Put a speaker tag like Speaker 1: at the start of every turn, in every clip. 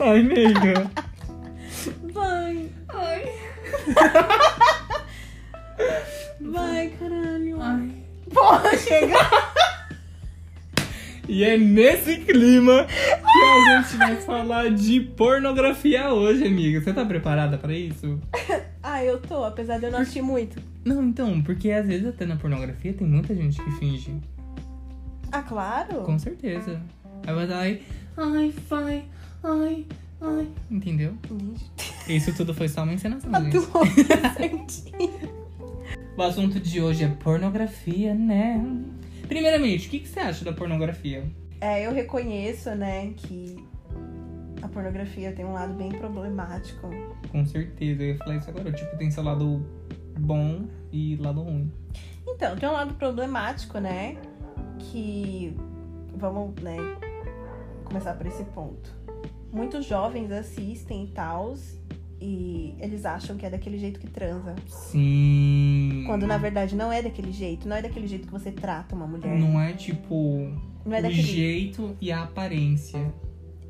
Speaker 1: Ai, nega.
Speaker 2: Vai.
Speaker 3: Ai.
Speaker 2: Vai, caralho.
Speaker 3: Ai.
Speaker 2: Porra, chega.
Speaker 1: E é nesse clima que a gente vai falar de pornografia hoje, amiga. Você tá preparada pra isso?
Speaker 2: Ah, eu tô, apesar de eu não assistir muito.
Speaker 1: Não, então, porque às vezes até na pornografia tem muita gente que finge.
Speaker 2: Ah, claro.
Speaker 1: Com certeza. Aí vai dar aí,
Speaker 3: Ai, vai. Ai, ai.
Speaker 1: entendeu?
Speaker 2: Gente,
Speaker 1: Isso tudo foi só uma encenação, gente.
Speaker 2: tatuou certinho.
Speaker 1: O assunto de hoje é pornografia, né? Primeiramente, o que, que você acha da pornografia?
Speaker 2: É, eu reconheço, né, que a pornografia tem um lado bem problemático.
Speaker 1: Com certeza, eu ia falar isso agora. Tipo, tem seu lado bom e lado ruim.
Speaker 2: Então, tem um lado problemático, né? Que. Vamos, né? Começar por esse ponto. Muitos jovens assistem e tals e eles acham que é daquele jeito que transa.
Speaker 1: Sim.
Speaker 2: Quando na verdade não é daquele jeito. Não é daquele jeito que você trata uma mulher.
Speaker 1: Não é tipo
Speaker 2: Não é
Speaker 1: o
Speaker 2: daquele
Speaker 1: jeito e a aparência.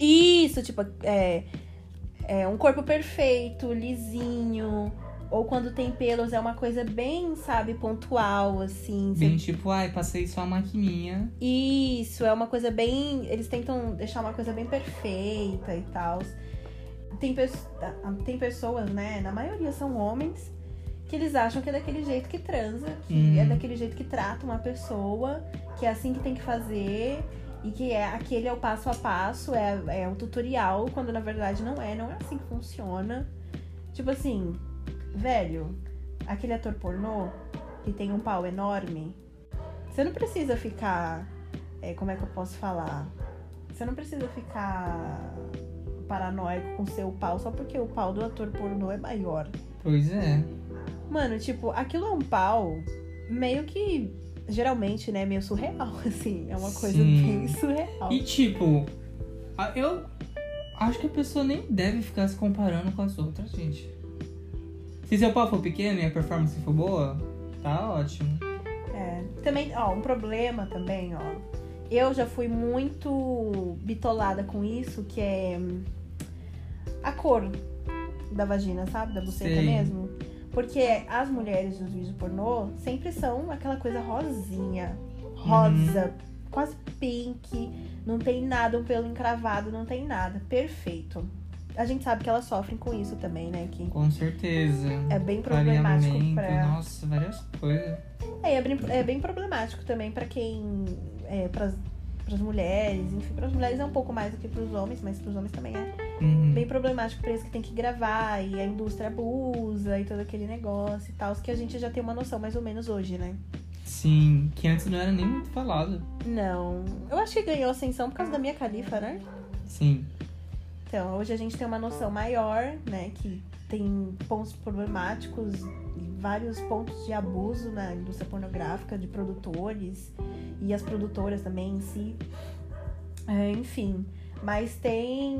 Speaker 2: Isso, tipo, é, é um corpo perfeito, lisinho. Ou quando tem pelos, é uma coisa bem, sabe, pontual, assim. Você
Speaker 1: Bem tipo, ai, passei só a maquininha.
Speaker 2: Isso, é uma coisa bem. Eles tentam deixar uma coisa bem perfeita e tal. Tem, pes- ah, tem pessoas, né? Na maioria são homens, que eles acham que é daquele jeito que transa, que
Speaker 1: Hum.
Speaker 2: é daquele jeito que trata uma pessoa, que é assim que tem que fazer. E que é, aquele é o passo a passo, é, é o tutorial, quando na verdade não é, não é assim que funciona. Tipo assim, velho, aquele ator pornô que tem um pau enorme, você não precisa ficar é, como é que eu posso falar? Você não precisa ficar paranoico com seu pau só porque o pau do ator pornô é maior.
Speaker 1: Pois é.
Speaker 2: Mano, tipo, aquilo é um pau meio que geralmente, né, meio surreal, assim. É uma coisa
Speaker 1: Sim.
Speaker 2: bem surreal.
Speaker 1: E tipo, a- eu acho que a pessoa nem deve ficar se comparando com as outras, gente. Se seu pau for pequeno e a performance for boa, tá ótimo.
Speaker 2: É. Também, ó, um problema também, ó. Eu já fui muito bitolada com isso, que é hum, a cor da vagina, sabe? Da buceta
Speaker 1: Sei.
Speaker 2: mesmo. Porque as mulheres dos vídeos pornô sempre são aquela coisa rosinha, rosa,
Speaker 1: Uhum.
Speaker 2: quase pink, não tem nada, um pelo encravado, não tem nada. Perfeito. A gente sabe que elas sofrem com isso também, né? Que
Speaker 1: Com certeza.
Speaker 2: é bem problemático
Speaker 1: Clareamento,
Speaker 2: pra.
Speaker 1: nossa, várias coisas.
Speaker 2: É, é bem, é bem problemático também pra quem. É, pras, pras mulheres, enfim, pras mulheres é um pouco mais do que pros homens, mas pros homens também é.
Speaker 1: Uhum.
Speaker 2: Bem problemático pra eles que tem que gravar e a indústria abusa e todo aquele negócio e tal, que a gente já tem uma noção mais ou menos hoje, né?
Speaker 1: Sim, que antes não era nem muito falado.
Speaker 2: Não. Eu acho que ganhou ascensão por causa da minha califa, né?
Speaker 1: Sim.
Speaker 2: Então, hoje a gente tem uma noção maior, né, que tem pontos problemáticos e vários pontos de abuso na indústria pornográfica de produtores e as produtoras também em si. É, enfim, mas tem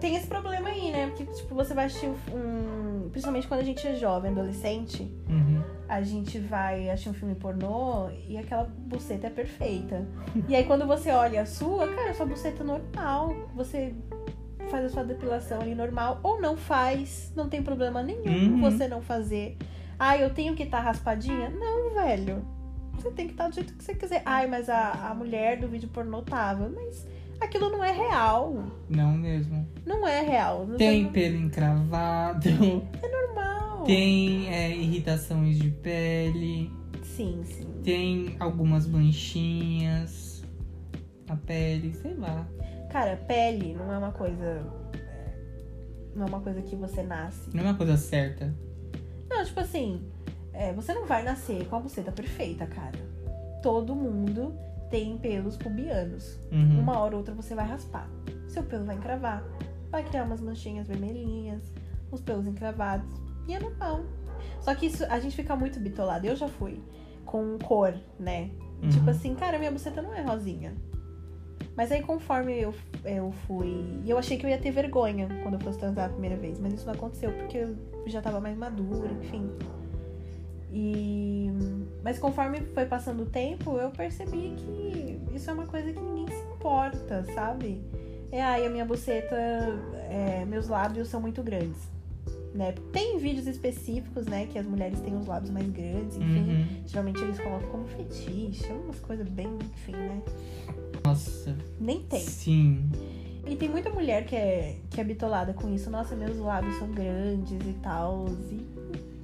Speaker 2: tem esse problema aí, né? Porque tipo, você vai assistir um, principalmente quando a gente é jovem, adolescente,
Speaker 1: Uhum.
Speaker 2: a gente vai assistir um filme pornô e aquela buceta é perfeita. E aí quando você olha a sua, cara, a sua buceta é normal. Você faz a sua depilação ali normal ou não faz, não tem problema nenhum
Speaker 1: Uhum.
Speaker 2: você não fazer. Ah, eu tenho que estar raspadinha? Não, velho. Você tem que estar do jeito que você quiser. Ai, mas a, a mulher do vídeo pornô tava. Mas aquilo não é real.
Speaker 1: Não mesmo.
Speaker 2: Não é real. Não É
Speaker 1: Tem pelo encravado,
Speaker 2: normal.
Speaker 1: tem é, irritações de pele,
Speaker 2: Sim, sim.
Speaker 1: tem algumas manchinhas na pele, sei lá.
Speaker 2: Cara, pele não é uma coisa. Não é uma coisa que você nasce.
Speaker 1: Não é uma coisa certa.
Speaker 2: Não, tipo assim, é, você não vai nascer com a buceta perfeita, cara. Todo mundo tem pelos pubianos.
Speaker 1: Uhum.
Speaker 2: Uma hora ou outra você vai raspar. Seu pelo vai encravar. Vai criar umas manchinhas vermelhinhas, os pelos encravados. E é normal. Só que isso, a gente fica muito bitolado. Eu já fui com cor, né?
Speaker 1: Uhum.
Speaker 2: Tipo assim, cara, minha buceta não é rosinha. Mas aí conforme eu, eu fui. E eu achei que eu ia ter vergonha quando eu fosse transar a primeira vez. Mas isso não aconteceu porque eu já tava mais madura, enfim. E. Mas conforme foi passando o tempo, eu percebi que isso é uma coisa que ninguém se importa, sabe? É, ai, a minha buceta, é, meus lábios são muito grandes. Né? Tem vídeos específicos, né, que as mulheres têm os lábios mais grandes, enfim.
Speaker 1: Uhum.
Speaker 2: Geralmente eles colocam como fetiche, é umas coisas bem, enfim, né?
Speaker 1: Nossa.
Speaker 2: Nem tem.
Speaker 1: Sim.
Speaker 2: E tem muita mulher que é, que é bitolada com isso. Nossa, meus lábios são grandes e tal. E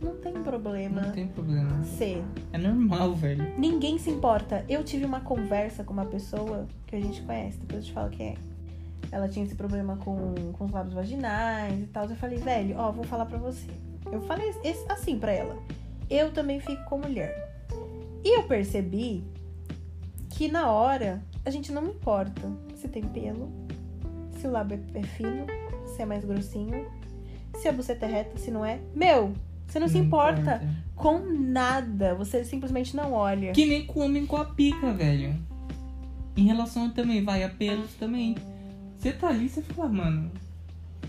Speaker 2: não tem problema
Speaker 1: Não tem problema.
Speaker 2: ser.
Speaker 1: É normal, velho.
Speaker 2: Ninguém se importa. Eu tive uma conversa com uma pessoa que a gente conhece, depois eu te falo quem é. Ela tinha esse problema com, com os lábios vaginais e tal. Eu falei, velho, ó, vou falar pra você. Eu falei esse- assim pra ela. Eu também fico com mulher. E eu percebi que na hora a gente não importa se tem pelo, se o lábio é fino, se é mais grossinho, se a buceta é reta, se não é. Meu, você não, se importa com nada. Você simplesmente não olha.
Speaker 1: Que nem com o homem com a pica, velho. Em relação também, vai, a pelos também. Você tá ali, você fala, mano.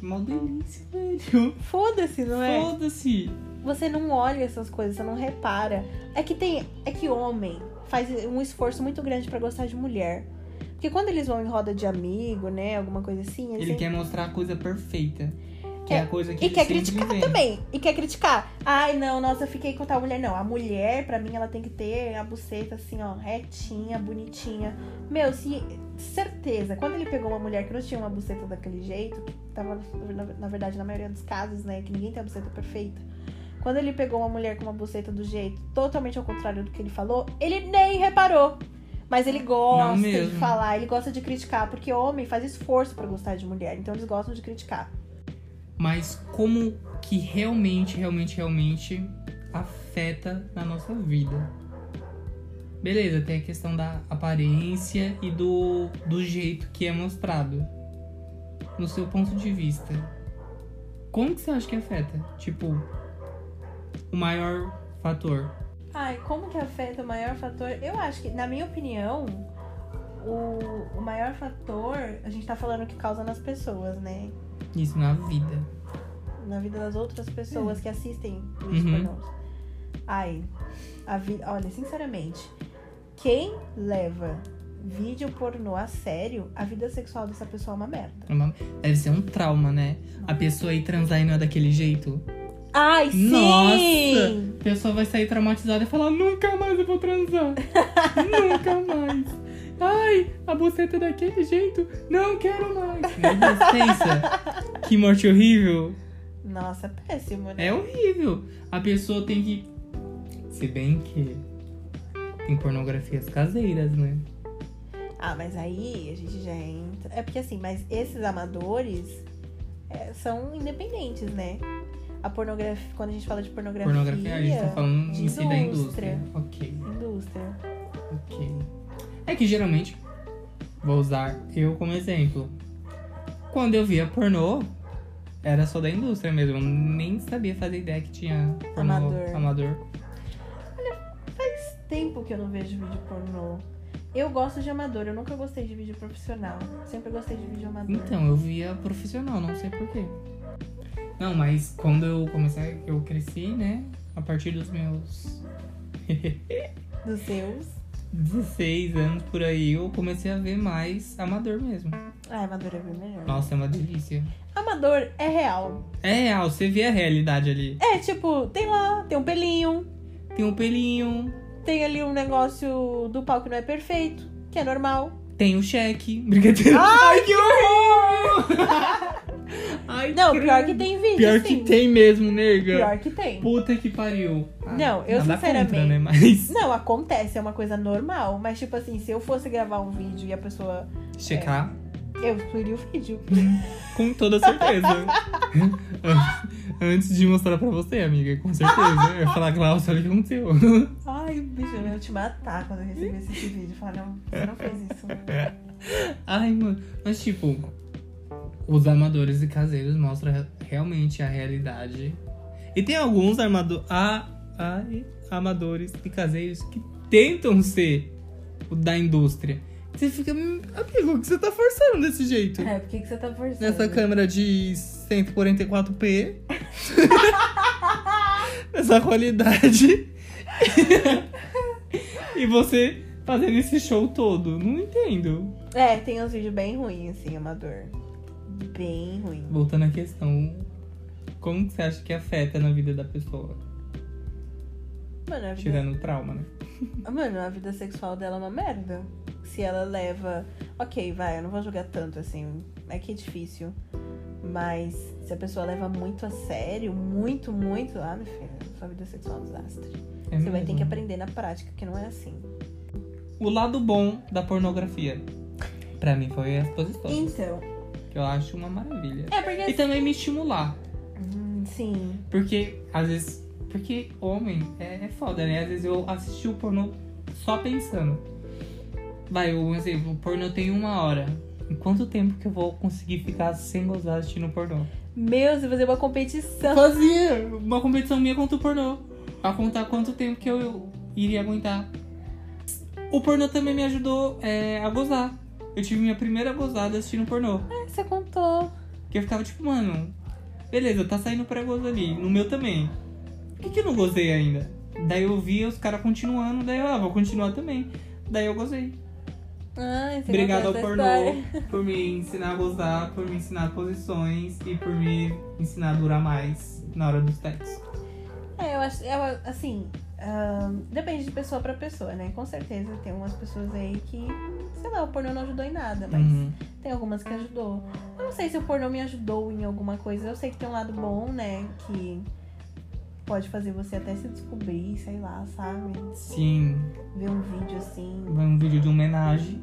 Speaker 1: Mó delícia, velho.
Speaker 2: Foda-se, não é?
Speaker 1: Foda-se.
Speaker 2: Você não olha essas coisas, você não repara. É que tem, é que homem faz um esforço muito grande pra gostar de mulher. Porque quando eles vão em roda de amigo, né, alguma coisa assim, eles
Speaker 1: Ele
Speaker 2: sempre-
Speaker 1: quer mostrar a coisa perfeita. Que é a coisa que
Speaker 2: e
Speaker 1: ele
Speaker 2: quer
Speaker 1: sempre
Speaker 2: criticar
Speaker 1: vem.
Speaker 2: também. E quer criticar. Ai, não, nossa, eu fiquei com tal mulher. Não, a mulher, pra mim, ela tem que ter a buceta assim, ó, retinha, bonitinha. Meu, se certeza, quando ele pegou uma mulher que não tinha uma buceta daquele jeito, que tava, na, na verdade, na maioria dos casos, né, que ninguém tem a buceta perfeita. Quando ele pegou uma mulher com uma buceta do jeito totalmente ao contrário do que ele falou, ele nem reparou. Mas ele
Speaker 1: Não
Speaker 2: gosta de
Speaker 1: mesmo.
Speaker 2: falar, ele gosta de criticar, porque homem faz esforço pra gostar de mulher, então eles gostam de criticar.
Speaker 1: mas como que realmente, realmente, realmente afeta na nossa vida. Beleza, tem a questão da aparência e do, do jeito que é mostrado. No seu ponto de vista, como que você acha que afeta? Tipo, o maior fator.
Speaker 2: Ai, como que afeta o maior fator? Eu acho que, na minha opinião, o, o maior fator, a gente tá falando que causa nas pessoas, né?
Speaker 1: Isso na vida.
Speaker 2: Na vida das outras pessoas que assistem os
Speaker 1: Uhum.
Speaker 2: pornôs. Ai, a vi... olha, sinceramente, quem leva vídeo pornô a sério, a vida sexual dessa pessoa é uma merda.
Speaker 1: É uma- Deve ser um trauma, né? A pessoa ir transar e não é daquele jeito.
Speaker 2: Ai, sim!
Speaker 1: Nossa! A pessoa vai sair traumatizada e falar: nunca mais eu vou transar. nunca mais. Ai, a buceta é daquele jeito. Não quero mais. Meu Deus, pensa. Que morte horrível.
Speaker 2: Nossa, é péssimo, né?
Speaker 1: É horrível. A pessoa tem que. Se bem que. Tem pornografias caseiras, né?
Speaker 2: Ah, mas aí a gente já entra. É porque assim, mas esses amadores é, são independentes, né? A pornografia, quando a gente fala de pornografia,
Speaker 1: Pornografia, a gente tá falando em si da
Speaker 2: indústria.
Speaker 1: indústria. Ok.
Speaker 2: indústria.
Speaker 1: Ok. É que geralmente, vou usar eu como exemplo. Quando eu via pornô, era só da indústria mesmo. Eu nem sabia fazer ideia que tinha pornô
Speaker 2: Amador.
Speaker 1: amador.
Speaker 2: Faz tempo que eu não vejo vídeo pornô. Eu gosto de amador, eu nunca gostei de vídeo profissional. Sempre gostei de vídeo amador.
Speaker 1: Então, eu via profissional, não sei porquê. Não, mas quando eu comecei, eu cresci, né? A partir dos meus
Speaker 2: Dos seus.
Speaker 1: 16 anos por aí, eu comecei a ver mais amador mesmo.
Speaker 2: Ah, amador é bem melhor.
Speaker 1: Nossa, é uma delícia.
Speaker 2: Amador é real.
Speaker 1: É real, você vê a realidade ali.
Speaker 2: É tipo, tem lá, tem um pelinho,
Speaker 1: Tem um pelinho,
Speaker 2: tem ali um negócio do pau que não é perfeito, que é normal.
Speaker 1: Tem o cheque. Brincadeira. Ai, que horror! Ai,
Speaker 2: Não, pior
Speaker 1: credo.
Speaker 2: que tem vídeo.
Speaker 1: Pior
Speaker 2: sim.
Speaker 1: que tem mesmo, nega.
Speaker 2: Pior que tem.
Speaker 1: Puta que pariu. Ah,
Speaker 2: Não, eu
Speaker 1: nada
Speaker 2: sinceramente-
Speaker 1: Contra, né? Mas.
Speaker 2: Não, acontece, é uma coisa normal. Mas, tipo assim, se eu fosse gravar um vídeo e a pessoa.
Speaker 1: Checar
Speaker 2: Eu excluiria o vídeo.
Speaker 1: com toda certeza. Antes de mostrar pra você, amiga, com certeza. Eu ia falar, Glaucio, olha o que aconteceu.
Speaker 2: Ai, bicho, eu ia te matar quando eu recebesse esse vídeo. Falar, não, você não fez isso. né?
Speaker 1: Ai, mano. Mas, tipo, os armadores e caseiros mostram re- realmente a realidade. E tem alguns armado a, ai, amadores e caseiros que tentam ser o da indústria. Você fica, "Hum, amigo, o que você tá forçando desse jeito?
Speaker 2: É, por que, que você tá forçando?
Speaker 1: Nessa câmera de 144p. Nessa qualidade. e você fazendo esse show todo. Não entendo.
Speaker 2: É, tem uns vídeos bem ruins, assim, amador. Bem ruim.
Speaker 1: Voltando à questão, como que você acha que afeta na vida da pessoa?
Speaker 2: Mano, a vida,
Speaker 1: Tirando o trauma, né?
Speaker 2: mano, a vida sexual dela é uma merda. Se ela leva. Ok, vai, eu não vou julgar tanto assim. É que é difícil. Mas se a pessoa leva muito a sério, muito, muito, ah, meu filho, sua vida sexual é um desastre.
Speaker 1: É
Speaker 2: Você vai ter
Speaker 1: mesmo.
Speaker 2: que aprender na prática que não é assim.
Speaker 1: O lado bom da pornografia. Pra mim foi as posições.
Speaker 2: Então.
Speaker 1: Que eu acho uma maravilha.
Speaker 2: É, porque
Speaker 1: E também me estimular.
Speaker 2: Hum, Sim.
Speaker 1: Porque, às vezes. Porque homem é, é foda, né? Às vezes eu assisti o pornô só pensando. Vai, um exemplo, o pornô tem uma hora. Em quanto tempo que eu vou conseguir ficar sem gozar assistindo pornô?
Speaker 2: Meu, você fazer uma competição.
Speaker 1: Fazia uma competição minha contra o pornô. Pra contar quanto tempo que eu, eu iria aguentar. O pornô também me ajudou é, a gozar. Eu tive minha primeira gozada assistindo pornô.
Speaker 2: Ah, Você contou.
Speaker 1: Que eu ficava tipo, mano, beleza, tá saindo pra gozo ali, no meu também. Por que, que eu não gozei ainda? Daí eu via os caras continuando, daí eu, ah, vou continuar também. Daí eu gozei.
Speaker 2: Ai, você
Speaker 1: Obrigado ao
Speaker 2: contou
Speaker 1: pornô
Speaker 2: essa história.
Speaker 1: por me ensinar a gozar, por me ensinar posições e por me ensinar a durar mais na hora dos testes.
Speaker 2: É, eu acho, eu, assim, ahn, depende de pessoa pra pessoa, né? Com certeza tem umas pessoas aí que, sei lá, o pornô não ajudou em nada, mas
Speaker 1: Uhum.
Speaker 2: tem algumas que ajudou. Eu não sei se o pornô me ajudou em alguma coisa. Eu sei que tem um lado bom, né? Que pode fazer você até se descobrir, sei lá, sabe?
Speaker 1: Sim,
Speaker 2: Ver um vídeo assim.
Speaker 1: vai um vídeo de homenagem.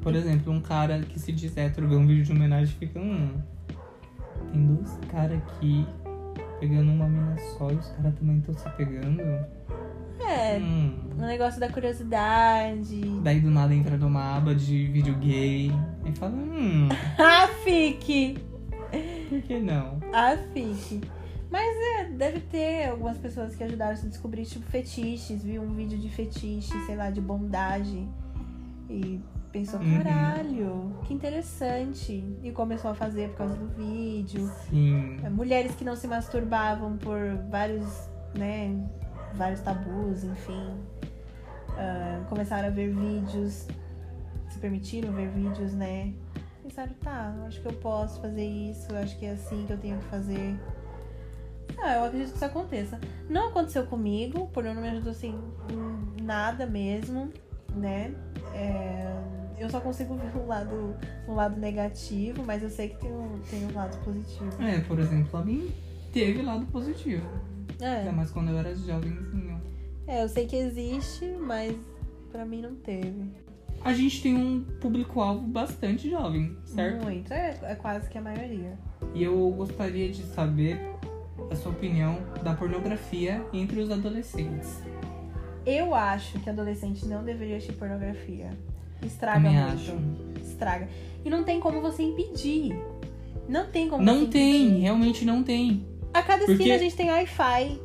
Speaker 1: Por exemplo, um cara que se diz hétero vê um vídeo de homenagem e fica. Hum, tem dois caras aqui pegando uma mina só e os caras também estão se pegando.
Speaker 2: É,
Speaker 1: Hum.
Speaker 2: um negócio da curiosidade.
Speaker 1: Daí do nada entra numa aba de vídeo gay. E fala, hum,
Speaker 2: Ah, fique!
Speaker 1: por que não?
Speaker 2: Ah, fique. Mas é, deve ter algumas pessoas que ajudaram a se descobrir, tipo, fetiches, viu um vídeo de fetiche, sei lá, de bondade. E pensou,
Speaker 1: Uhum.
Speaker 2: caralho, que interessante. E começou a fazer por causa do vídeo.
Speaker 1: Sim.
Speaker 2: É, Mulheres que não se masturbavam por vários, né, vários tabus, enfim. Ah, começaram a ver vídeos, se permitiram ver vídeos, né? Pensaram, tá, eu acho que eu posso fazer isso, eu acho que é assim que eu tenho que fazer. Ah, eu acredito que isso aconteça. Não aconteceu comigo, o pornô não me ajudou assim em nada mesmo, né? É, eu só consigo ver um lado, um lado negativo, mas eu sei que tem um, tem um lado positivo.
Speaker 1: É, por exemplo, a mim teve lado positivo.
Speaker 2: É,
Speaker 1: Ainda mais quando eu era jovenzinho.
Speaker 2: é, eu sei que existe, mas pra mim não teve.
Speaker 1: A gente tem um público-alvo bastante jovem, certo?
Speaker 2: Muito, é, é quase que a maioria.
Speaker 1: E eu gostaria de saber a sua opinião da pornografia entre os adolescentes.
Speaker 2: Eu acho que adolescente não deveria assistir pornografia. Estraga
Speaker 1: Também
Speaker 2: muito.
Speaker 1: acho.
Speaker 2: Estraga. E não tem como você impedir. Não tem como assim?
Speaker 1: Não
Speaker 2: você
Speaker 1: tem,
Speaker 2: impedir.
Speaker 1: realmente não tem.
Speaker 2: A cada
Speaker 1: Porque-
Speaker 2: esquina a gente tem Wi-Fi.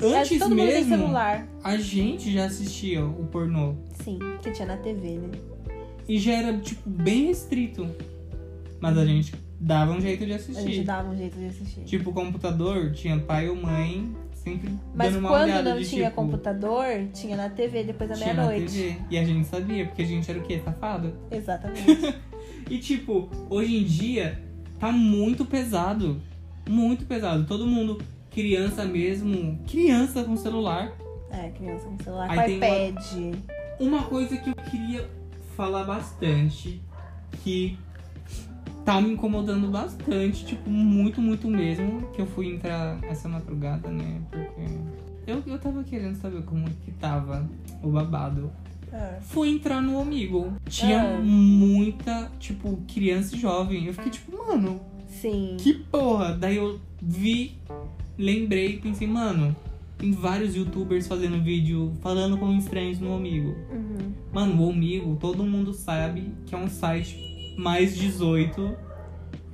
Speaker 1: Antes
Speaker 2: É todo mundo tem
Speaker 1: mesmo,
Speaker 2: celular.
Speaker 1: a gente já assistia o pornô.
Speaker 2: Sim, que tinha na TV, né?
Speaker 1: E já era, tipo, bem restrito. Mas a gente dava um jeito de
Speaker 2: A gente
Speaker 1: assistir.
Speaker 2: dava um jeito de assistir.
Speaker 1: Tipo, computador, tinha pai ou mãe, sempre
Speaker 2: Mas
Speaker 1: dando uma
Speaker 2: quando
Speaker 1: olhada
Speaker 2: não
Speaker 1: de,
Speaker 2: tinha
Speaker 1: tipo,
Speaker 2: computador, tinha na TV depois da
Speaker 1: tinha na
Speaker 2: meia-noite.
Speaker 1: TV. E a gente sabia, porque a gente era o quê? Safado.
Speaker 2: Exatamente.
Speaker 1: E, tipo, hoje em dia, tá muito pesado. Muito pesado. Todo mundo, criança mesmo, criança com celular.
Speaker 2: é, criança com celular,
Speaker 1: Aí
Speaker 2: com
Speaker 1: tem um uma-
Speaker 2: iPad.
Speaker 1: Uma coisa que eu queria falar bastante, que tá me incomodando bastante, tipo, muito, muito mesmo, que eu fui entrar essa madrugada, né? Porque eu, eu tava querendo saber como que tava o babado.
Speaker 2: Ah.
Speaker 1: Fui entrar no Omigo. Tinha
Speaker 2: Ah.
Speaker 1: muita, tipo, criança e jovem. Eu fiquei tipo, mano,
Speaker 2: Sim.
Speaker 1: que porra! Daí eu vi, lembrei, pensei, mano, tem vários youtubers fazendo vídeo falando com estranhos no Omigo.
Speaker 2: Uhum.
Speaker 1: Mano, o Omigo, todo mundo sabe que é um site mais 18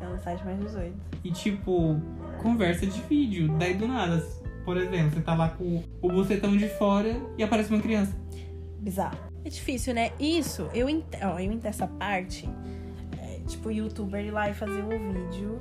Speaker 2: É um site mais 18.
Speaker 1: e tipo, conversa de vídeo. Daí do nada, por exemplo, você tá lá com o bucetão de fora e aparece uma criança.
Speaker 2: Bizarro. É difícil, né? Isso, eu entendo, eu entendo essa parte. É, tipo, o youtuber ir lá e fazer um vídeo.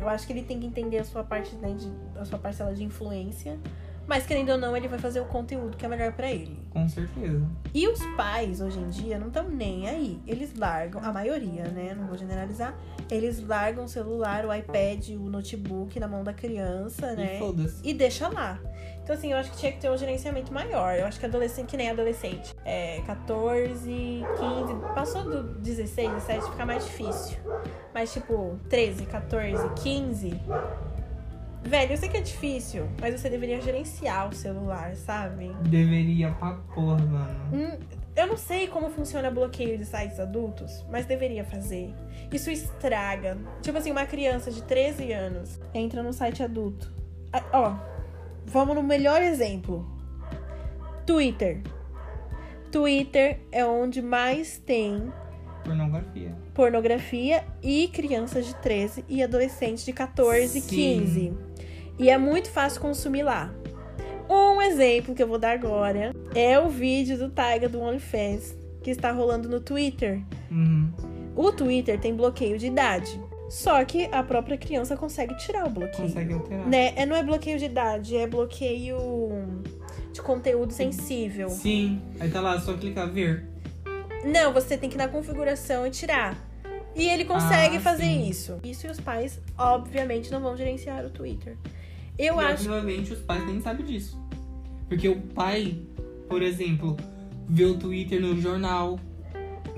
Speaker 2: Eu acho que ele tem que entender a sua parte, né, de, a sua parcela de influência. Mas querendo ou não, ele vai fazer o conteúdo que é melhor pra ele.
Speaker 1: Com certeza.
Speaker 2: E os pais, hoje em dia, não estão nem aí. Eles largam, a maioria, né? Não vou generalizar. Eles largam o celular, o iPad, o notebook na mão da criança, né?
Speaker 1: E foda-se.
Speaker 2: e deixa lá. Então, assim, eu acho que tinha que ter um gerenciamento maior. Eu acho que adolescente, que nem adolescente, é 14, 15, passou do 16, 17, fica mais difícil. Mas, tipo, 13, 14, 15. Velho, eu sei que é difícil, mas você deveria gerenciar o celular, sabe?
Speaker 1: Deveria pra porra, mano.
Speaker 2: Hum, Eu não sei como funciona bloqueio de sites adultos, mas deveria fazer. Isso estraga. Tipo assim, uma criança de 13 anos entra num site adulto. Ah, ó, vamos no melhor exemplo: Twitter. Twitter é onde mais tem
Speaker 1: Pornografia.
Speaker 2: pornografia e crianças de 13 e adolescentes de 14,
Speaker 1: Sim.
Speaker 2: 15. E é muito fácil consumir lá. Um exemplo que eu vou dar agora é o vídeo do Taiga do OnlyFans que está rolando no Twitter.
Speaker 1: Uhum.
Speaker 2: O Twitter tem bloqueio de idade, só que a própria criança consegue tirar o bloqueio.
Speaker 1: Consegue alterar.
Speaker 2: Né? É, não é bloqueio de idade, é bloqueio de conteúdo sensível.
Speaker 1: Sim. Aí tá lá, só clicar ver.
Speaker 2: Não, você tem que ir na configuração e tirar. E ele consegue
Speaker 1: Ah,
Speaker 2: fazer
Speaker 1: sim.
Speaker 2: isso. Isso e os pais, obviamente, não vão gerenciar o Twitter. Eu
Speaker 1: e,
Speaker 2: acho.
Speaker 1: obviamente, os pais nem sabem disso. Porque o pai, por exemplo, vê o Twitter no jornal.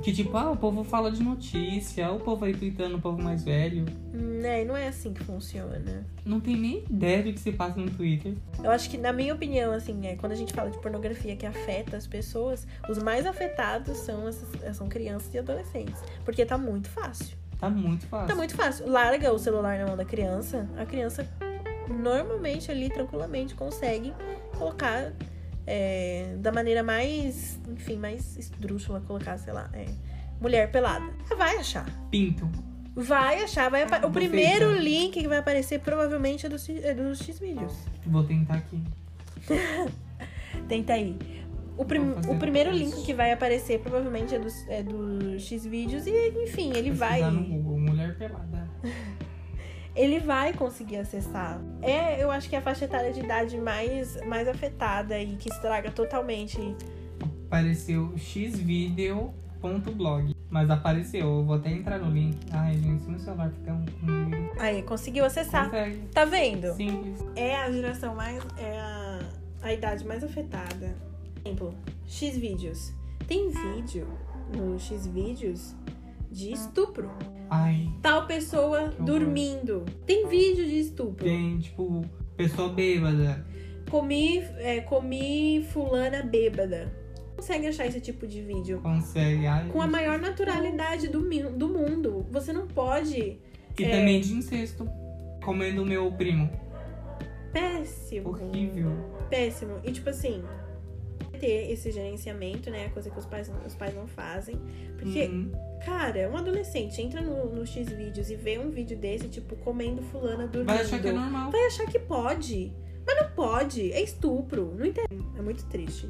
Speaker 1: Que tipo, ah, o povo fala de notícia, o povo aí tweetando, o povo mais velho.
Speaker 2: Né, não é assim que funciona.
Speaker 1: Não tem nem ideia do que se passa no Twitter.
Speaker 2: Eu acho que, na minha opinião, assim, é, quando a gente fala de pornografia que afeta as pessoas, os mais afetados são, essas, são crianças e adolescentes. Porque tá muito fácil.
Speaker 1: Tá muito fácil.
Speaker 2: Tá muito fácil. Larga o celular na mão da criança, a criança normalmente ali, tranquilamente, consegue colocar é, da maneira mais, enfim, mais esdrúxula, colocar, sei lá, é, mulher pelada. Vai achar.
Speaker 1: Pinto.
Speaker 2: Vai achar. Vai apa-
Speaker 1: Ah,
Speaker 2: o
Speaker 1: vou
Speaker 2: primeiro
Speaker 1: ver, então.
Speaker 2: link que vai aparecer provavelmente é do, X- é do X-Vídeos.
Speaker 1: Vou tentar aqui.
Speaker 2: Tenta aí. O, prim-
Speaker 1: Vou fazer
Speaker 2: o primeiro
Speaker 1: depois.
Speaker 2: link que vai aparecer provavelmente é do, é do X-Vídeos e, enfim, ele vai.
Speaker 1: Pesquisar no Google, mulher pelada.
Speaker 2: ele vai conseguir acessar. É, eu acho que é a faixa etária de idade mais, mais afetada e que estraga totalmente.
Speaker 1: Apareceu xvideo.blog. Mas apareceu, eu vou até entrar no link. Ai, gente, se meu celular ficar um. um-
Speaker 2: Aí, conseguiu acessar.
Speaker 1: Consegue.
Speaker 2: Tá vendo?
Speaker 1: Simples.
Speaker 2: É a geração mais. É a, a idade mais afetada. Exemplo, X vídeos. Tem vídeo no X vídeos de estupro.
Speaker 1: Ai,
Speaker 2: Tal pessoa
Speaker 1: horror.
Speaker 2: dormindo. Tem vídeo de estupro.
Speaker 1: tem, tipo, pessoa bêbada.
Speaker 2: Comi, é, comi fulana bêbada. Consegue achar esse tipo de vídeo?
Speaker 1: Consegue. Ai,
Speaker 2: com a
Speaker 1: gente.
Speaker 2: maior naturalidade do, mi- do mundo. Você não pode.
Speaker 1: E
Speaker 2: é.
Speaker 1: também de incesto. Comendo o meu primo.
Speaker 2: Péssimo.
Speaker 1: Horrível.
Speaker 2: Péssimo. E tipo assim, ter esse gerenciamento, né? Coisa que os pais, os pais não fazem. Porque,
Speaker 1: Uhum.
Speaker 2: cara, um adolescente entra no, no X vídeos e vê um vídeo desse, tipo, comendo fulana dormindo.
Speaker 1: Vai achar que é normal.
Speaker 2: Vai achar que pode. Mas não pode. É estupro. Não entendo. É muito triste.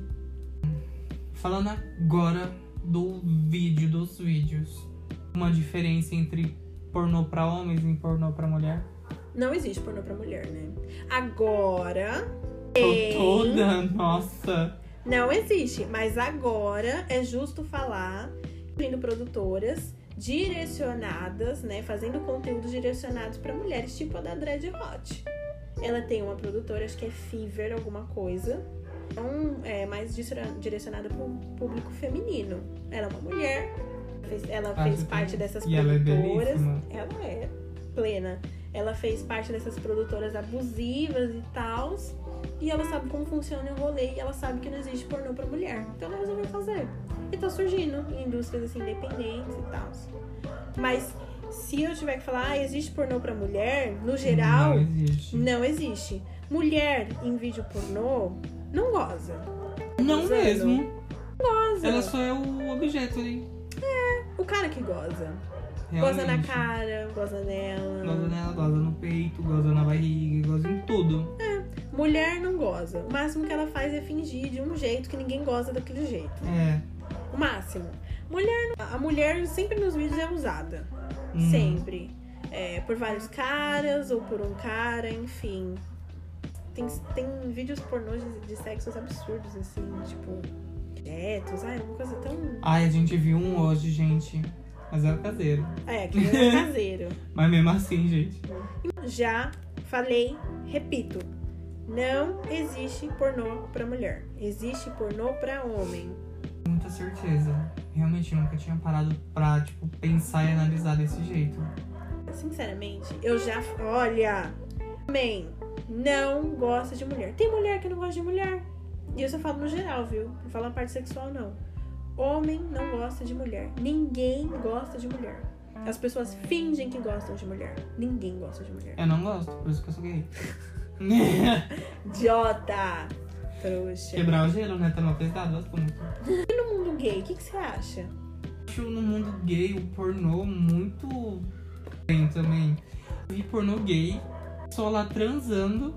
Speaker 1: Falando agora do vídeo, dos vídeos. Uma diferença entre pornô pra homens e pornô pra mulher?
Speaker 2: Não existe pornô pra mulher, né? Agora.
Speaker 1: Tô toda, nossa.
Speaker 2: Não existe, mas agora é justo falar tendo produtoras direcionadas, né, fazendo conteúdos direcionados pra mulheres, tipo a da Dread Hot. Ela tem uma produtora, acho que é Fever alguma coisa. Então, é mais dire- direcionada para o público feminino. Ela é uma mulher, fez- ela
Speaker 1: Acho
Speaker 2: fez
Speaker 1: que-
Speaker 2: parte dessas
Speaker 1: Ah, E ela é
Speaker 2: produtoras.
Speaker 1: belíssima.
Speaker 2: Ela é plena. Ela fez parte dessas produtoras abusivas e tal. E ela sabe como funciona o rolê e ela sabe que não existe pornô pra mulher. Então ela resolveu fazer. E tá surgindo em indústrias assim independentes e tal. Mas se eu tiver que falar, ah, existe pornô pra mulher, no geral,
Speaker 1: Não existe.
Speaker 2: não existe. Mulher em vídeo pornô não goza.
Speaker 1: Não
Speaker 2: Zero.
Speaker 1: mesmo.
Speaker 2: Goza.
Speaker 1: Ela só é o objeto ali.
Speaker 2: O cara que goza. Goza na
Speaker 1: Realmente.
Speaker 2: cara, goza nela.
Speaker 1: Goza nela, goza no peito, goza na barriga, goza em tudo.
Speaker 2: Mulher não goza. O máximo que ela faz é fingir de um jeito que ninguém goza daquele jeito.
Speaker 1: É.
Speaker 2: O máximo. Mulher, não- a mulher sempre nos vídeos é usada.
Speaker 1: Hum.
Speaker 2: Sempre. É, por vários caras ou por um cara, um enfim. Tem, tem vídeos pornôs de, de sexos absurdos, assim, tipo. Diretos, ah, é uma coisa tão.
Speaker 1: Ai, a gente viu um hoje, gente. Mas era caseiro.
Speaker 2: É, que não é caseiro.
Speaker 1: Mas mesmo assim, gente.
Speaker 2: Já falei, repito. Não existe pornô pra mulher. Existe pornô pra homem.
Speaker 1: Muita certeza. Realmente nunca tinha parado pra, tipo, pensar e analisar desse jeito.
Speaker 2: Sinceramente, eu já. Olha! Homem não gosta de mulher. Tem mulher que não gosta de mulher. E isso eu falo no geral, viu? Não falo a parte sexual, não. Homem não gosta de mulher. Ninguém gosta de mulher. As pessoas fingem que gostam de mulher. Ninguém gosta de mulher.
Speaker 1: Eu não gosto, por isso que eu sou gay.
Speaker 2: Idiota! Trouxa.
Speaker 1: Quebrar o gelo, né? Tá mal pesado, gosto muito.
Speaker 2: No mundo gay, o que, que você acha?
Speaker 1: acho no mundo gay o pornô muito bem também. Eu Vi pornô gay, só lá transando,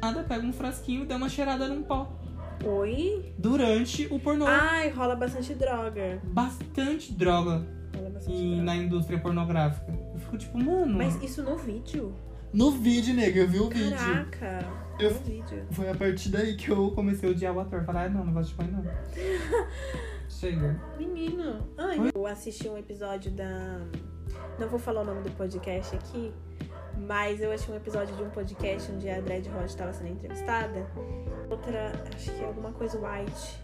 Speaker 1: nada, pega um frasquinho e dá uma cheirada num pau.
Speaker 2: Oi?
Speaker 1: Durante o pornô.
Speaker 2: Ai, rola bastante droga.
Speaker 1: Bastante droga
Speaker 2: Rola bastante
Speaker 1: e
Speaker 2: droga.
Speaker 1: na indústria pornográfica. Eu fico tipo, mano.
Speaker 2: Mas isso no vídeo?
Speaker 1: No vídeo, nega, eu vi o
Speaker 2: Caraca!
Speaker 1: Eu-
Speaker 2: No vídeo.
Speaker 1: Foi a partir daí que eu comecei a odiar o ator. Falar, ah, não, não gosto de pai, não. Chega.
Speaker 2: Menino, ai, eu assisti um episódio da. Não vou falar o nome do podcast aqui, mas eu achei um episódio de um podcast onde a Dread Hot estava sendo entrevistada. Outra, acho que é alguma coisa White.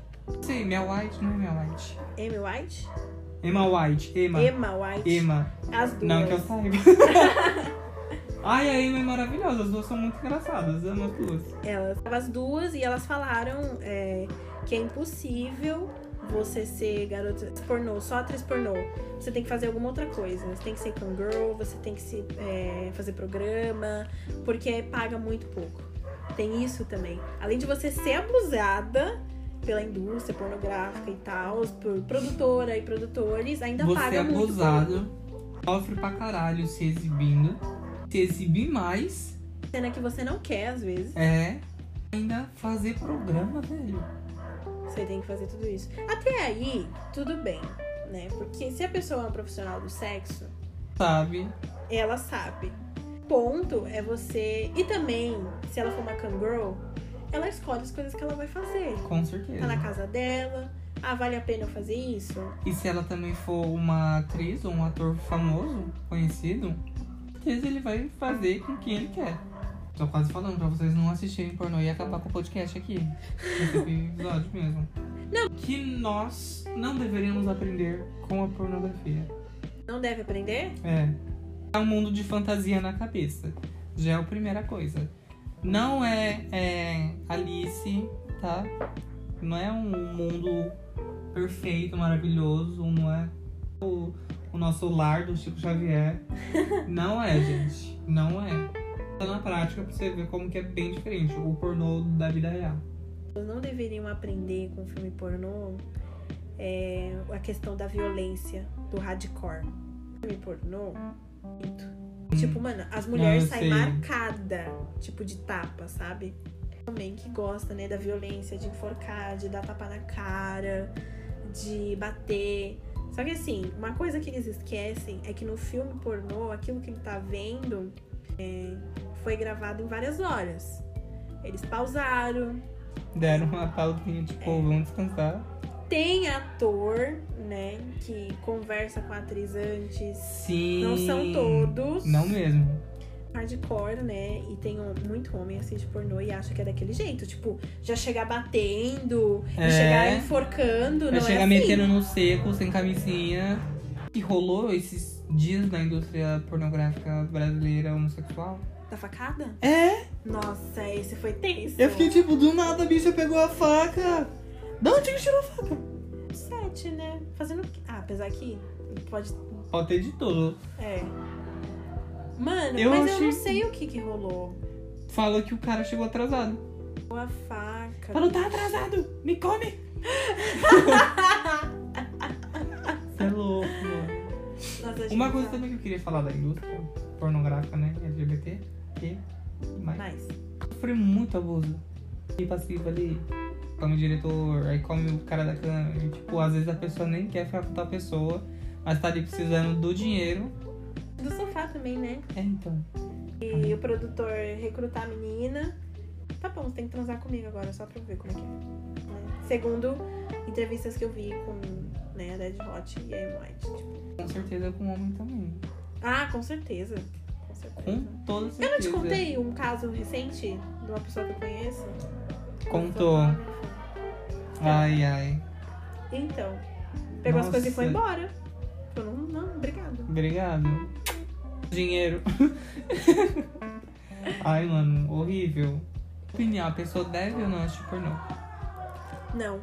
Speaker 1: Sei, Mel White, não é Mel White.
Speaker 2: Emma White?
Speaker 1: Emma White, Emma.
Speaker 2: Emma White.
Speaker 1: Emma.
Speaker 2: As duas.
Speaker 1: Não que eu saiba. Ai, a Amy é maravilhosa, as duas são muito engraçadas, amo as duas.
Speaker 2: Elas, as duas, e elas falaram é, que é impossível você ser garota pornô, só atriz pornô. Você tem que fazer alguma outra coisa. Você tem que ser girl, você tem que se, é, fazer programa, porque paga muito pouco. Tem isso também. Além de você ser abusada pela indústria pornográfica e tal, por produtora e produtores, ainda
Speaker 1: Você é
Speaker 2: paga muito pouco.
Speaker 1: abusado, sofre pra caralho se exibindo, se exibir mais,
Speaker 2: Cena que você não quer, às vezes.
Speaker 1: é ainda fazer programa, velho.
Speaker 2: Você tem que fazer tudo isso. Até aí, tudo bem, né? Porque se a pessoa é uma profissional do sexo,
Speaker 1: Sabe?
Speaker 2: ela sabe. Ponto é você. E também, se ela for uma cangirl, ela escolhe as coisas que ela vai fazer.
Speaker 1: Com
Speaker 2: Tá na
Speaker 1: certeza.
Speaker 2: casa dela. Ah, vale a pena eu fazer isso?
Speaker 1: E se ela também for uma atriz ou um ator famoso, conhecido, com certeza ele vai fazer com quem ele quer. Tô quase falando pra vocês não assistirem pornô e acabar com o podcast aqui. Esse é episódio mesmo. Não. Que nós não deveríamos aprender com a pornografia.
Speaker 2: Não deve aprender?
Speaker 1: É. É um mundo de fantasia na cabeça. Já é a primeira coisa. Não é, é, Alice, tá? Não é um mundo perfeito, maravilhoso. Não é o, o nosso lar do Chico Xavier. Não é, gente. Não é. Tá na prática pra você ver como que é bem diferente o pornô da vida real.
Speaker 2: Elas não deveriam aprender com filme pornô é, a questão da violência, do hardcore. Filme pornô, muito. Tipo, mano, as mulheres
Speaker 1: eu
Speaker 2: saem
Speaker 1: sei.
Speaker 2: marcada, tipo, de tapa, sabe? Homem que gosta, né, da violência, de enforcar, de dar tapa na cara, de bater. Só que assim, uma coisa que eles esquecem é que no filme pornô, aquilo que ele tá vendo é, foi gravado em várias horas. Eles pausaram,
Speaker 1: Deram uma pausinha, tipo, vamos descansar.
Speaker 2: tem ator, né, que conversa com a atriz antes.
Speaker 1: Sim.
Speaker 2: Não são todos.
Speaker 1: Não mesmo.
Speaker 2: Hardcore, né? E tem um- muito homem que assiste pornô e acha que é daquele jeito. Tipo, já chegar batendo,
Speaker 1: É.
Speaker 2: e chegar enforcando,
Speaker 1: Vai
Speaker 2: não
Speaker 1: chegar
Speaker 2: é assim.
Speaker 1: metendo no seco, sem camisinha. Que rolou esses dias na indústria pornográfica brasileira homossexual?
Speaker 2: Da Tá facada?
Speaker 1: É,
Speaker 2: Nossa, esse foi tenso.
Speaker 1: eu fiquei tipo, do nada a bicha pegou a faca. Não, onde que tirou a faca?
Speaker 2: Sete, né? Fazendo o quê? Ah, apesar que pode...
Speaker 1: Pode ter de tudo.
Speaker 2: É. Mano,
Speaker 1: Eu
Speaker 2: mas eu
Speaker 1: achei-
Speaker 2: não sei o que que rolou.
Speaker 1: Falou que o cara chegou atrasado.
Speaker 2: Ou a faca...
Speaker 1: Falou, tá atrasado, me come. Você é louco, mano.
Speaker 2: Nossa, tá achei
Speaker 1: Uma coisa
Speaker 2: bizarro.
Speaker 1: também que eu queria falar da indústria pornográfica, né? LGBT, que mais.
Speaker 2: Mas...
Speaker 1: sofre muito abuso. E passivo ali, come o diretor, aí come o cara da câmera. E, tipo, às vezes a pessoa nem quer ficar com tal pessoa, mas tá ali precisando do dinheiro.
Speaker 2: Do sofá também, né?
Speaker 1: É, então.
Speaker 2: E o produtor recrutar a menina. tá bom, você tem que transar comigo agora, só pra eu ver como é que é. né? Segundo entrevistas que eu vi com né, a Dead Hot e a Amy White. Tipo,
Speaker 1: Com certeza com homem também.
Speaker 2: ah, com certeza. Com certeza.
Speaker 1: Com toda certeza.
Speaker 2: Eu não te contei um caso recente de uma pessoa que eu conheço?
Speaker 1: Contou. Ai, ai.
Speaker 2: Então, pegou as coisas e foi
Speaker 1: Nossa.
Speaker 2: embora. Falou, não, não, obrigado.
Speaker 1: Obrigado. Dinheiro. ai, mano, horrível. Opinião, a pessoa deve ou não assistir pornô?
Speaker 2: Não.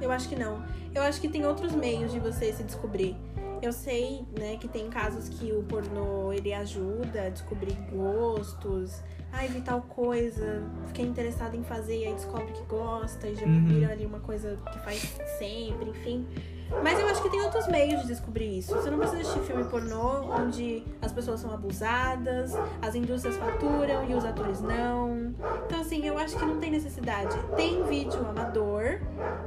Speaker 2: Eu acho que não. Eu acho que tem outros meios de você se descobrir. Eu sei, né, que tem casos que o pornô ele ajuda a descobrir gostos. Ai, vi tal coisa, fiquei interessada em fazer, e aí descobre que gosta, e já
Speaker 1: Uhum.
Speaker 2: vira ali uma coisa que faz sempre, enfim. Mas eu acho que tem outros meios de descobrir isso. Você não precisa assistir filme pornô onde as pessoas são abusadas, as indústrias faturam e os atores não. Então, assim, eu acho que não tem necessidade. Tem vídeo amador,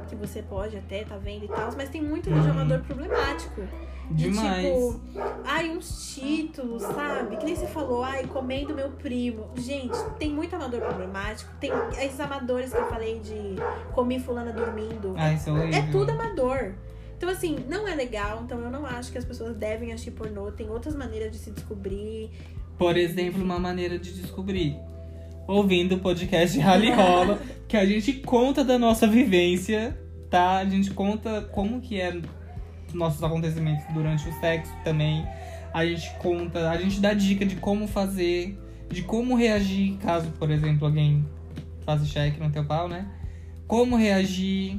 Speaker 2: que você pode até tá vendo e tal, mas tem muito vídeo
Speaker 1: Uhum.
Speaker 2: amador problemático. De,
Speaker 1: Demais.
Speaker 2: tipo, ai, uns títulos, sabe? Que nem você falou, ai, comendo meu primo. Gente, tem muito amador problemático. Tem esses amadores que eu falei de comi fulana dormindo.
Speaker 1: Ai, isso é horrível.
Speaker 2: É tudo amador. Então, assim, não é legal. Então, eu não acho que as pessoas devem assistir pornô. Tem outras maneiras de se descobrir.
Speaker 1: Por exemplo, uma maneira de descobrir. Ouvindo o podcast Rally Rola, que a gente conta da nossa vivência, tá? A gente conta como que é nossos acontecimentos durante o sexo também. A gente conta, a gente dá dica de como fazer, de como reagir caso, por exemplo, alguém faça cheque no teu pau, né? Como reagir.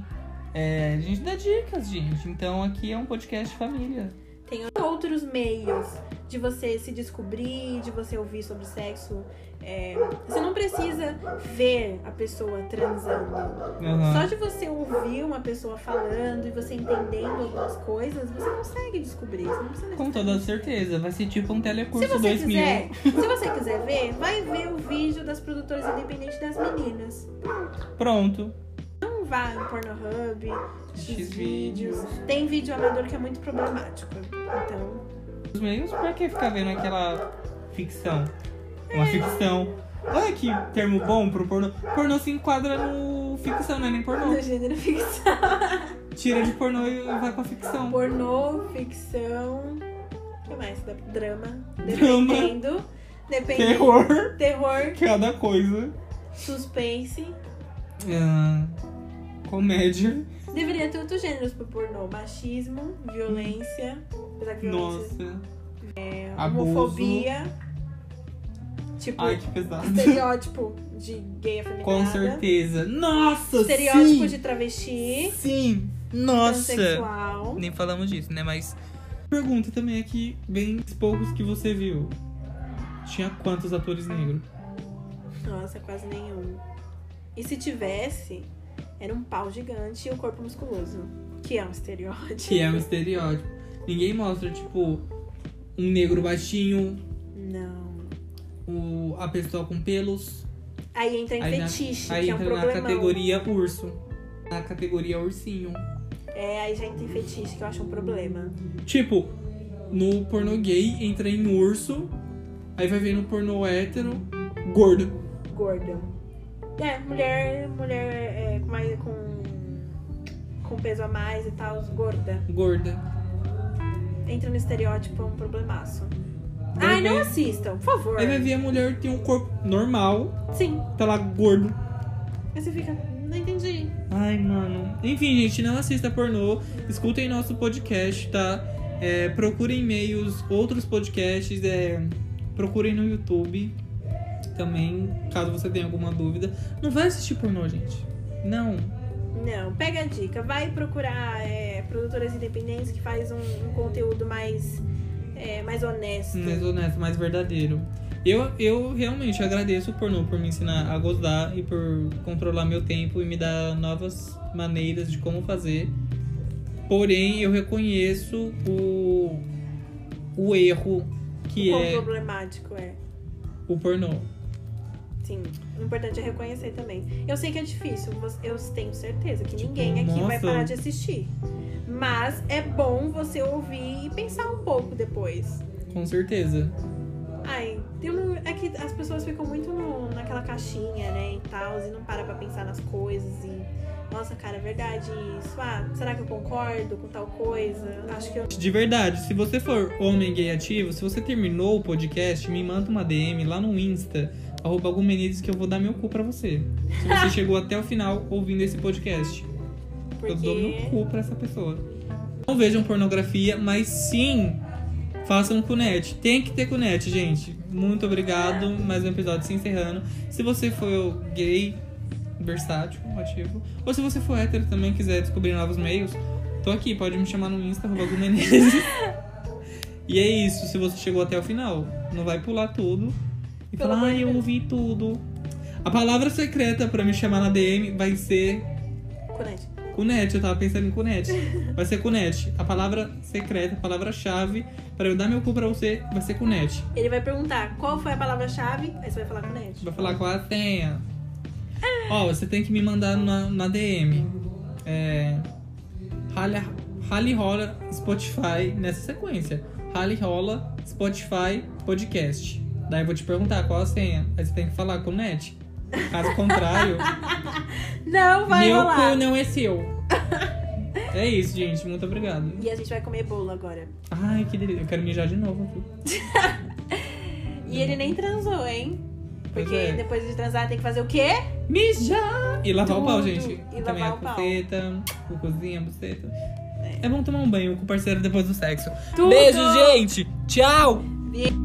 Speaker 1: É, a gente dá dicas, gente. Então aqui é um podcast família.
Speaker 2: Tem outros meios de você se descobrir, de você ouvir sobre sexo. É, você não precisa ver a pessoa transando.
Speaker 1: Aham.
Speaker 2: Só de você ouvir uma pessoa falando e você entendendo algumas coisas, você consegue descobrir. Você não precisa
Speaker 1: Com toda certeza, vai ser tipo um
Speaker 2: Se
Speaker 1: telecurso
Speaker 2: você
Speaker 1: 2000.
Speaker 2: quiser, se você quiser ver, vai ver o vídeo das produtoras independentes das meninas.
Speaker 1: Pronto.
Speaker 2: Não vá no Pornhub,
Speaker 1: Xvideos.
Speaker 2: Xvideos. Tem vídeo amador que é muito problemático. Então,
Speaker 1: Os meios, pra que ficar vendo aquela ficção? Uma
Speaker 2: É.
Speaker 1: ficção. Olha que termo bom pro pornô. Pornô se enquadra no ficção, não é nem pornô.
Speaker 2: no gênero ficção.
Speaker 1: Tira de pornô e vai pra ficção.
Speaker 2: Pornô, ficção. O que mais? Dá- Drama.
Speaker 1: Drama.
Speaker 2: Dependendo. Dependendo.
Speaker 1: Terror,
Speaker 2: Terror,
Speaker 1: cada coisa.
Speaker 2: suspense.
Speaker 1: Ah, comédia.
Speaker 2: Deveria ter outros gêneros pro pornô. Machismo, violência. Apesar que violência
Speaker 1: Nossa.
Speaker 2: é
Speaker 1: abuso.
Speaker 2: homofobia. Tipo,
Speaker 1: Ai, que pesado.
Speaker 2: estereótipo de gay afeminada.
Speaker 1: Com certeza. Nossa,
Speaker 2: Estereótipo
Speaker 1: sim.
Speaker 2: de travesti.
Speaker 1: Sim. Nossa.
Speaker 2: Transexual.
Speaker 1: Nem falamos disso, né? Mas pergunta também aqui, bem poucos que você viu. Tinha quantos atores negros?
Speaker 2: Nossa, quase nenhum. E se tivesse, era um pau gigante e um corpo musculoso. Que é um estereótipo.
Speaker 1: Que é um estereótipo. Ninguém mostra, tipo, um negro baixinho,
Speaker 2: Não.
Speaker 1: o, a pessoa com pelos.
Speaker 2: Aí entra em
Speaker 1: Aí na-
Speaker 2: fetiche,
Speaker 1: Aí
Speaker 2: que é um
Speaker 1: entra na
Speaker 2: problemão.
Speaker 1: categoria urso. Na categoria ursinho.
Speaker 2: É, aí já entra em fetiche, que eu acho um problema.
Speaker 1: Tipo, no pornô gay entra em urso. Aí vai ver no pornô hétero, gordo.
Speaker 2: Gordo. É, mulher, mulher é, com, mais, com, com peso a mais e tal, gorda.
Speaker 1: Gorda.
Speaker 2: Entra no estereótipo, é um problemaço.
Speaker 1: Vai
Speaker 2: Ai, não
Speaker 1: ver-
Speaker 2: assistam, por favor.
Speaker 1: Aí vai ver a mulher que tem um corpo normal,
Speaker 2: Sim,
Speaker 1: tá lá gordo.
Speaker 2: aí você fica, não entendi.
Speaker 1: Ai, mano. Enfim, gente, não assista pornô. Escutem nosso podcast, tá? É, procurem meios, outros podcasts. É, procurem no YouTube também, caso você tenha alguma dúvida. Não vai assistir pornô, gente. Não.
Speaker 2: Não, pega a dica. Vai procurar é, produtoras independentes que faz um, um conteúdo mais, é, mais honesto. Um
Speaker 1: Mais honesto, mais verdadeiro. Eu, eu realmente agradeço o pornô por me ensinar a gozar e por controlar meu tempo e me dar novas maneiras de como fazer. Porém, eu reconheço o, o erro que
Speaker 2: o quão
Speaker 1: é
Speaker 2: problemático é.
Speaker 1: o pornô.
Speaker 2: Sim. O importante é reconhecer também. Eu sei que é difícil, mas eu tenho certeza que ninguém aqui vai
Speaker 1: Tipo, nossa.
Speaker 2: parar de assistir. Mas é bom você ouvir e pensar um pouco depois.
Speaker 1: Com certeza.
Speaker 2: Ai, tem um- é que as pessoas ficam muito no- na naquela caixinha, né? E tal, e não para pra pensar nas coisas e. Nossa, cara, é verdade isso. Ah, será que eu concordo com tal coisa? Acho que eu.
Speaker 1: De verdade, se você for homem gay ativo, se você terminou o podcast, me manda uma DM lá no Insta, arroba algum Menezes, que eu vou dar meu cu pra você. Se você chegou até o final ouvindo esse podcast. Eu dou meu
Speaker 2: Porque.
Speaker 1: cu pra essa pessoa. Não vejam pornografia, mas sim façam cunete. Tem que ter cunete, gente. Muito obrigado. Mais um episódio se encerrando. Se você for gay, versátil, ativo, ou se você for hétero também e quiser descobrir novos meios, tô aqui. Pode me chamar no Insta, arroba Gu Menezes. E é isso. Se você chegou até o final, não vai pular tudo e
Speaker 4: Pelo
Speaker 1: falar,
Speaker 4: amor
Speaker 1: ah,
Speaker 4: de
Speaker 1: eu
Speaker 4: Deus."
Speaker 1: ouvi tudo. A palavra secreta pra me chamar na DM vai ser
Speaker 2: Conete.
Speaker 1: Cunete, eu tava pensando em Cunete. Vai ser Cunete. A palavra secreta, a palavra-chave pra eu dar meu cu pra você vai ser Cunete.
Speaker 2: Ele vai perguntar qual foi a palavra-chave, aí você vai falar conete.
Speaker 1: Vai falar qual a senha. Ó, você tem que me mandar na, na DM. É. Rally, rally rola Spotify nessa sequência. Rally rola Spotify podcast. Daí eu vou te perguntar qual a senha. Aí você tem que falar Cunete. Caso contrário,
Speaker 2: Não vai
Speaker 1: meu
Speaker 2: rolar.
Speaker 1: cu não é seu. É isso, gente. Muito obrigado.
Speaker 2: E a gente vai comer bolo agora.
Speaker 1: Ai, que delícia. Eu quero mijar de novo. viu?
Speaker 2: E ele nem transou, hein?
Speaker 1: Pois
Speaker 2: Porque
Speaker 1: é.
Speaker 2: depois de transar tem que fazer o quê?
Speaker 1: Mijar! E lavar o pau,
Speaker 2: Tudo.
Speaker 1: gente.
Speaker 2: E
Speaker 1: Também
Speaker 2: lavar
Speaker 1: a
Speaker 2: o pau.
Speaker 1: buceta, o cozinha, a buceta. É bom tomar um banho com o parceiro depois do sexo.
Speaker 2: Tudo.
Speaker 1: Beijo, gente! Tchau!
Speaker 2: Beijo.